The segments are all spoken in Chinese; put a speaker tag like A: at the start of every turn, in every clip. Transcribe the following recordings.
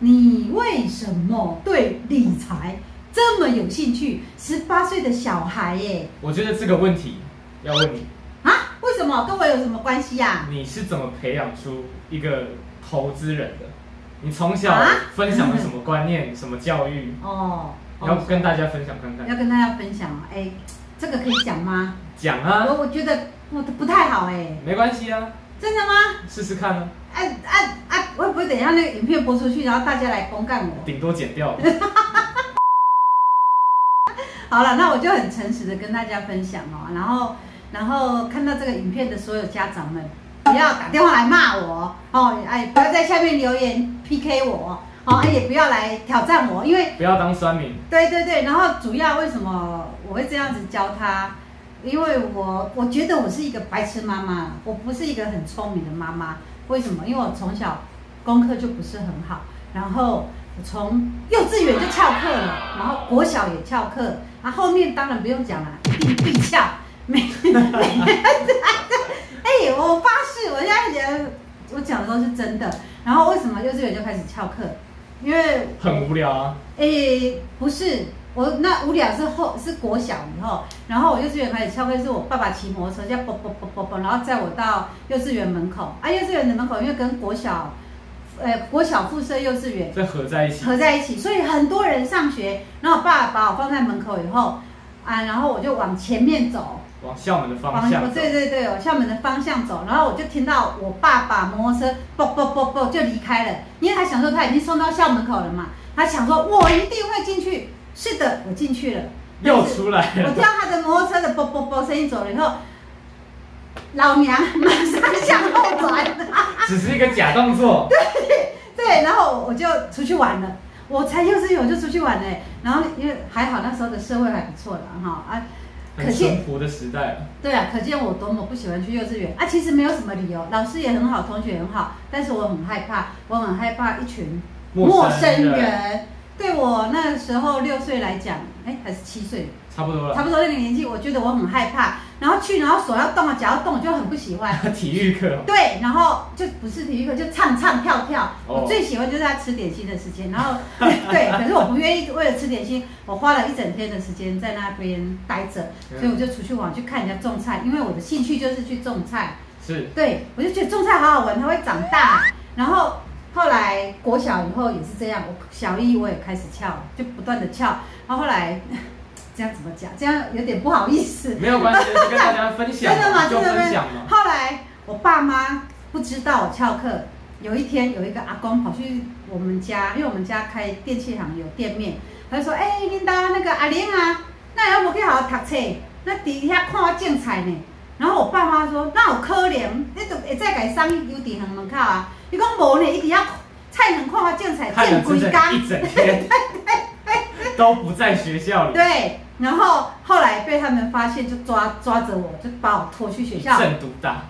A: 你为什么对理财这么有兴趣？十八岁的小孩耶，
B: 我觉得这个问题要问你，
A: 啊，为什么跟我有什么关系呀、
B: 你是怎么培养出一个投资人的？你从小
A: 啊
B: 分享了什么观念、什么教育？
A: 哦，
B: 你要
A: 哦
B: 跟大家分享看看。
A: 要跟大家分享，哎，这个可以讲吗？
B: 讲啊，
A: 我我觉得我不太好哎，
B: 没关系啊，
A: 真的吗？
B: 试试看啊，
A: 哎哎哎，会不会等一下那个影片播出去，然后大家来公干我？
B: 顶多剪掉。
A: 好了，那我就很诚实的跟大家分享哦，然后然后看到这个影片的所有家长们，不要打电话来骂我哦，哎，不要在下面留言 PK 我哦，哎也不要来挑战我，因为
B: 不要当酸民，
A: 对对对，然后主要为什么我会这样子教他？因为我我觉得我是一个白痴妈妈，我不是一个很聪明的妈妈。为什么？因为我从小功课就不是很好，然后我从幼稚园就翘课了，然后国小也翘课，啊，后面当然不用讲了，一定必翘。 每哎，我发誓，我现在觉得我讲的都是真的。然后为什么幼稚园就开始翘课？因为
B: 很无聊啊。
A: 诶、不是，我那无聊是后是国小以后，然后我幼稚园开始翘课，是我爸爸骑摩托车，这样啵啵啵啵啵，然后载我到幼稚园门口。啊，幼稚园的门口因为跟国小，呃，国小附设幼稚园
B: 这合在一起，
A: 合在一起，所以很多人上学。然后我爸爸把我放在门口以后，啊，然后我就往前面走，
B: 往校门的方向
A: 往
B: 走。
A: 对对对，往校门的方向走。然后我就听到我爸把摩托车啵啵啵啵就离开了，因为他想说他已经送到校门口了嘛，他想说我一定会进去。是的，我进 去了，
B: 又出来
A: 我
B: 了
A: 听，到他的摩托车的啵啵啵声音走了以后，老娘 马上向后转。
B: 只是一个假动作。
A: 对，然后我就出去玩了。我才幼稚园我就出去玩了、然后因为还好那时候的社会还不错了哈啊，可
B: 很
A: 见
B: 淳朴的时代了，
A: 对啊，可见我多么不喜欢去幼稚园啊！其实没有什么理由，老师也很好，同学也很好，但是我很害怕，我很害怕一群陌生人。对我那时候六岁来讲，哎，还是七岁，
B: 差不多
A: 差
B: 了。
A: 不多那个年纪，我觉得我很害怕。然后去，然后手要动啊，脚要动，我就很不喜欢。
B: 体育课，
A: 对，然后就不是体育课，就唱唱跳跳。
B: 哦
A: 我最喜欢就是他吃点心的时间，然后 对，可是我不愿意为了吃点心，我花了一整天的时间在那边待着，
B: 嗯
A: 所以我就出去玩去看人家种菜，因为我的兴趣就是去种菜。
B: 是
A: 对，我就觉得种菜好好玩，它会长大。然后后来国小以后也是这样，我小一我也开始翘，就不断的翘。然后后来 这样怎么讲？这样有点不好意思。
B: 没有关系，就跟大家分 享
A: 真的
B: 嘛，
A: 吗？
B: 就
A: 真的
B: 分
A: 吗
B: 享嘛？。
A: 后来我爸妈不知道我翘课，有一天有一个阿公跑去我们家，因为我们家开电器行有店面，他就说：“哎、恁家那个阿玲啊，那还无去好好读册，那伫遐看我种菜呢。”然后我爸妈说：“那有可能，你就会再改送伊幼稚园门口啊？”伊讲无呢，伊伫遐菜园看我种菜，
B: 看
A: 种
B: 人
A: 几
B: 整
A: 工
B: 整。一整天，都不在学校里，
A: 对，然后后来被他们发现，就抓抓着我，就把我拖去学
B: 一
A: 校。
B: 阵毒打，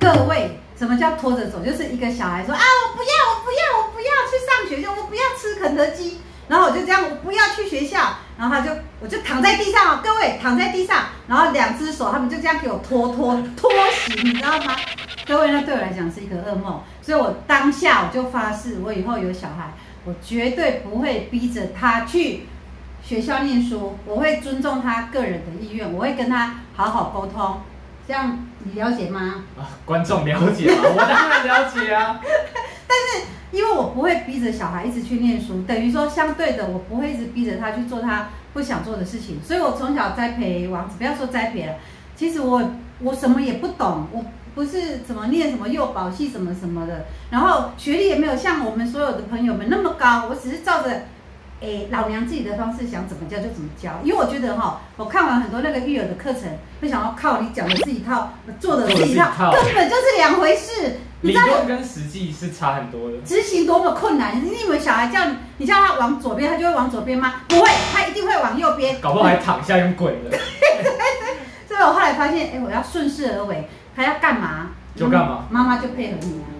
A: 各位，什么叫拖着走？就是一个小孩说啊，我不要，我不要，我不要去上学校，我不要吃肯德基。然后我就这样，我不要去学校。然后他就，我就躺在地上哦，各位躺在地上，然后两只手他们就这样给我拖拖拖行，你知道吗？各位，那对我来讲是一个噩梦，所以我当下我就发誓，我以后有小孩，我绝对不会逼着他去学校念书，我会尊重他个人的意愿，我会跟他好好沟通。这样你了解吗？
B: 啊，观众了解吗？我当然了解啊，
A: 因为我不会逼着小孩一直去念书，等于说相对的，我不会一直逼着他去做他不想做的事情。所以我从小栽培王子，不要说栽培了，其实我我什么也不懂，我不是怎么念什么幼保系什么什么的，然后学历也没有像我们所有的朋友们那么高，我只是照着。诶，老娘自己的方式想怎么教就怎么教，因为我觉得哈，我看完很多那个育儿的课程，会想要靠你讲的是一套，做的是一套，
B: 做的是一 套
A: 根本就是两回事。 你
B: 理
A: 知 道
B: 论跟实际是差很多的。
A: 执行多么困难！你以为小孩叫你，你叫他往左边，他就会往左边吗？不会，他一定会往右边。
B: 搞不好还躺下用滚的，
A: 所以我后来发现，哎、我要顺势而为，他要干嘛
B: 就干嘛
A: 妈妈就配合你啊。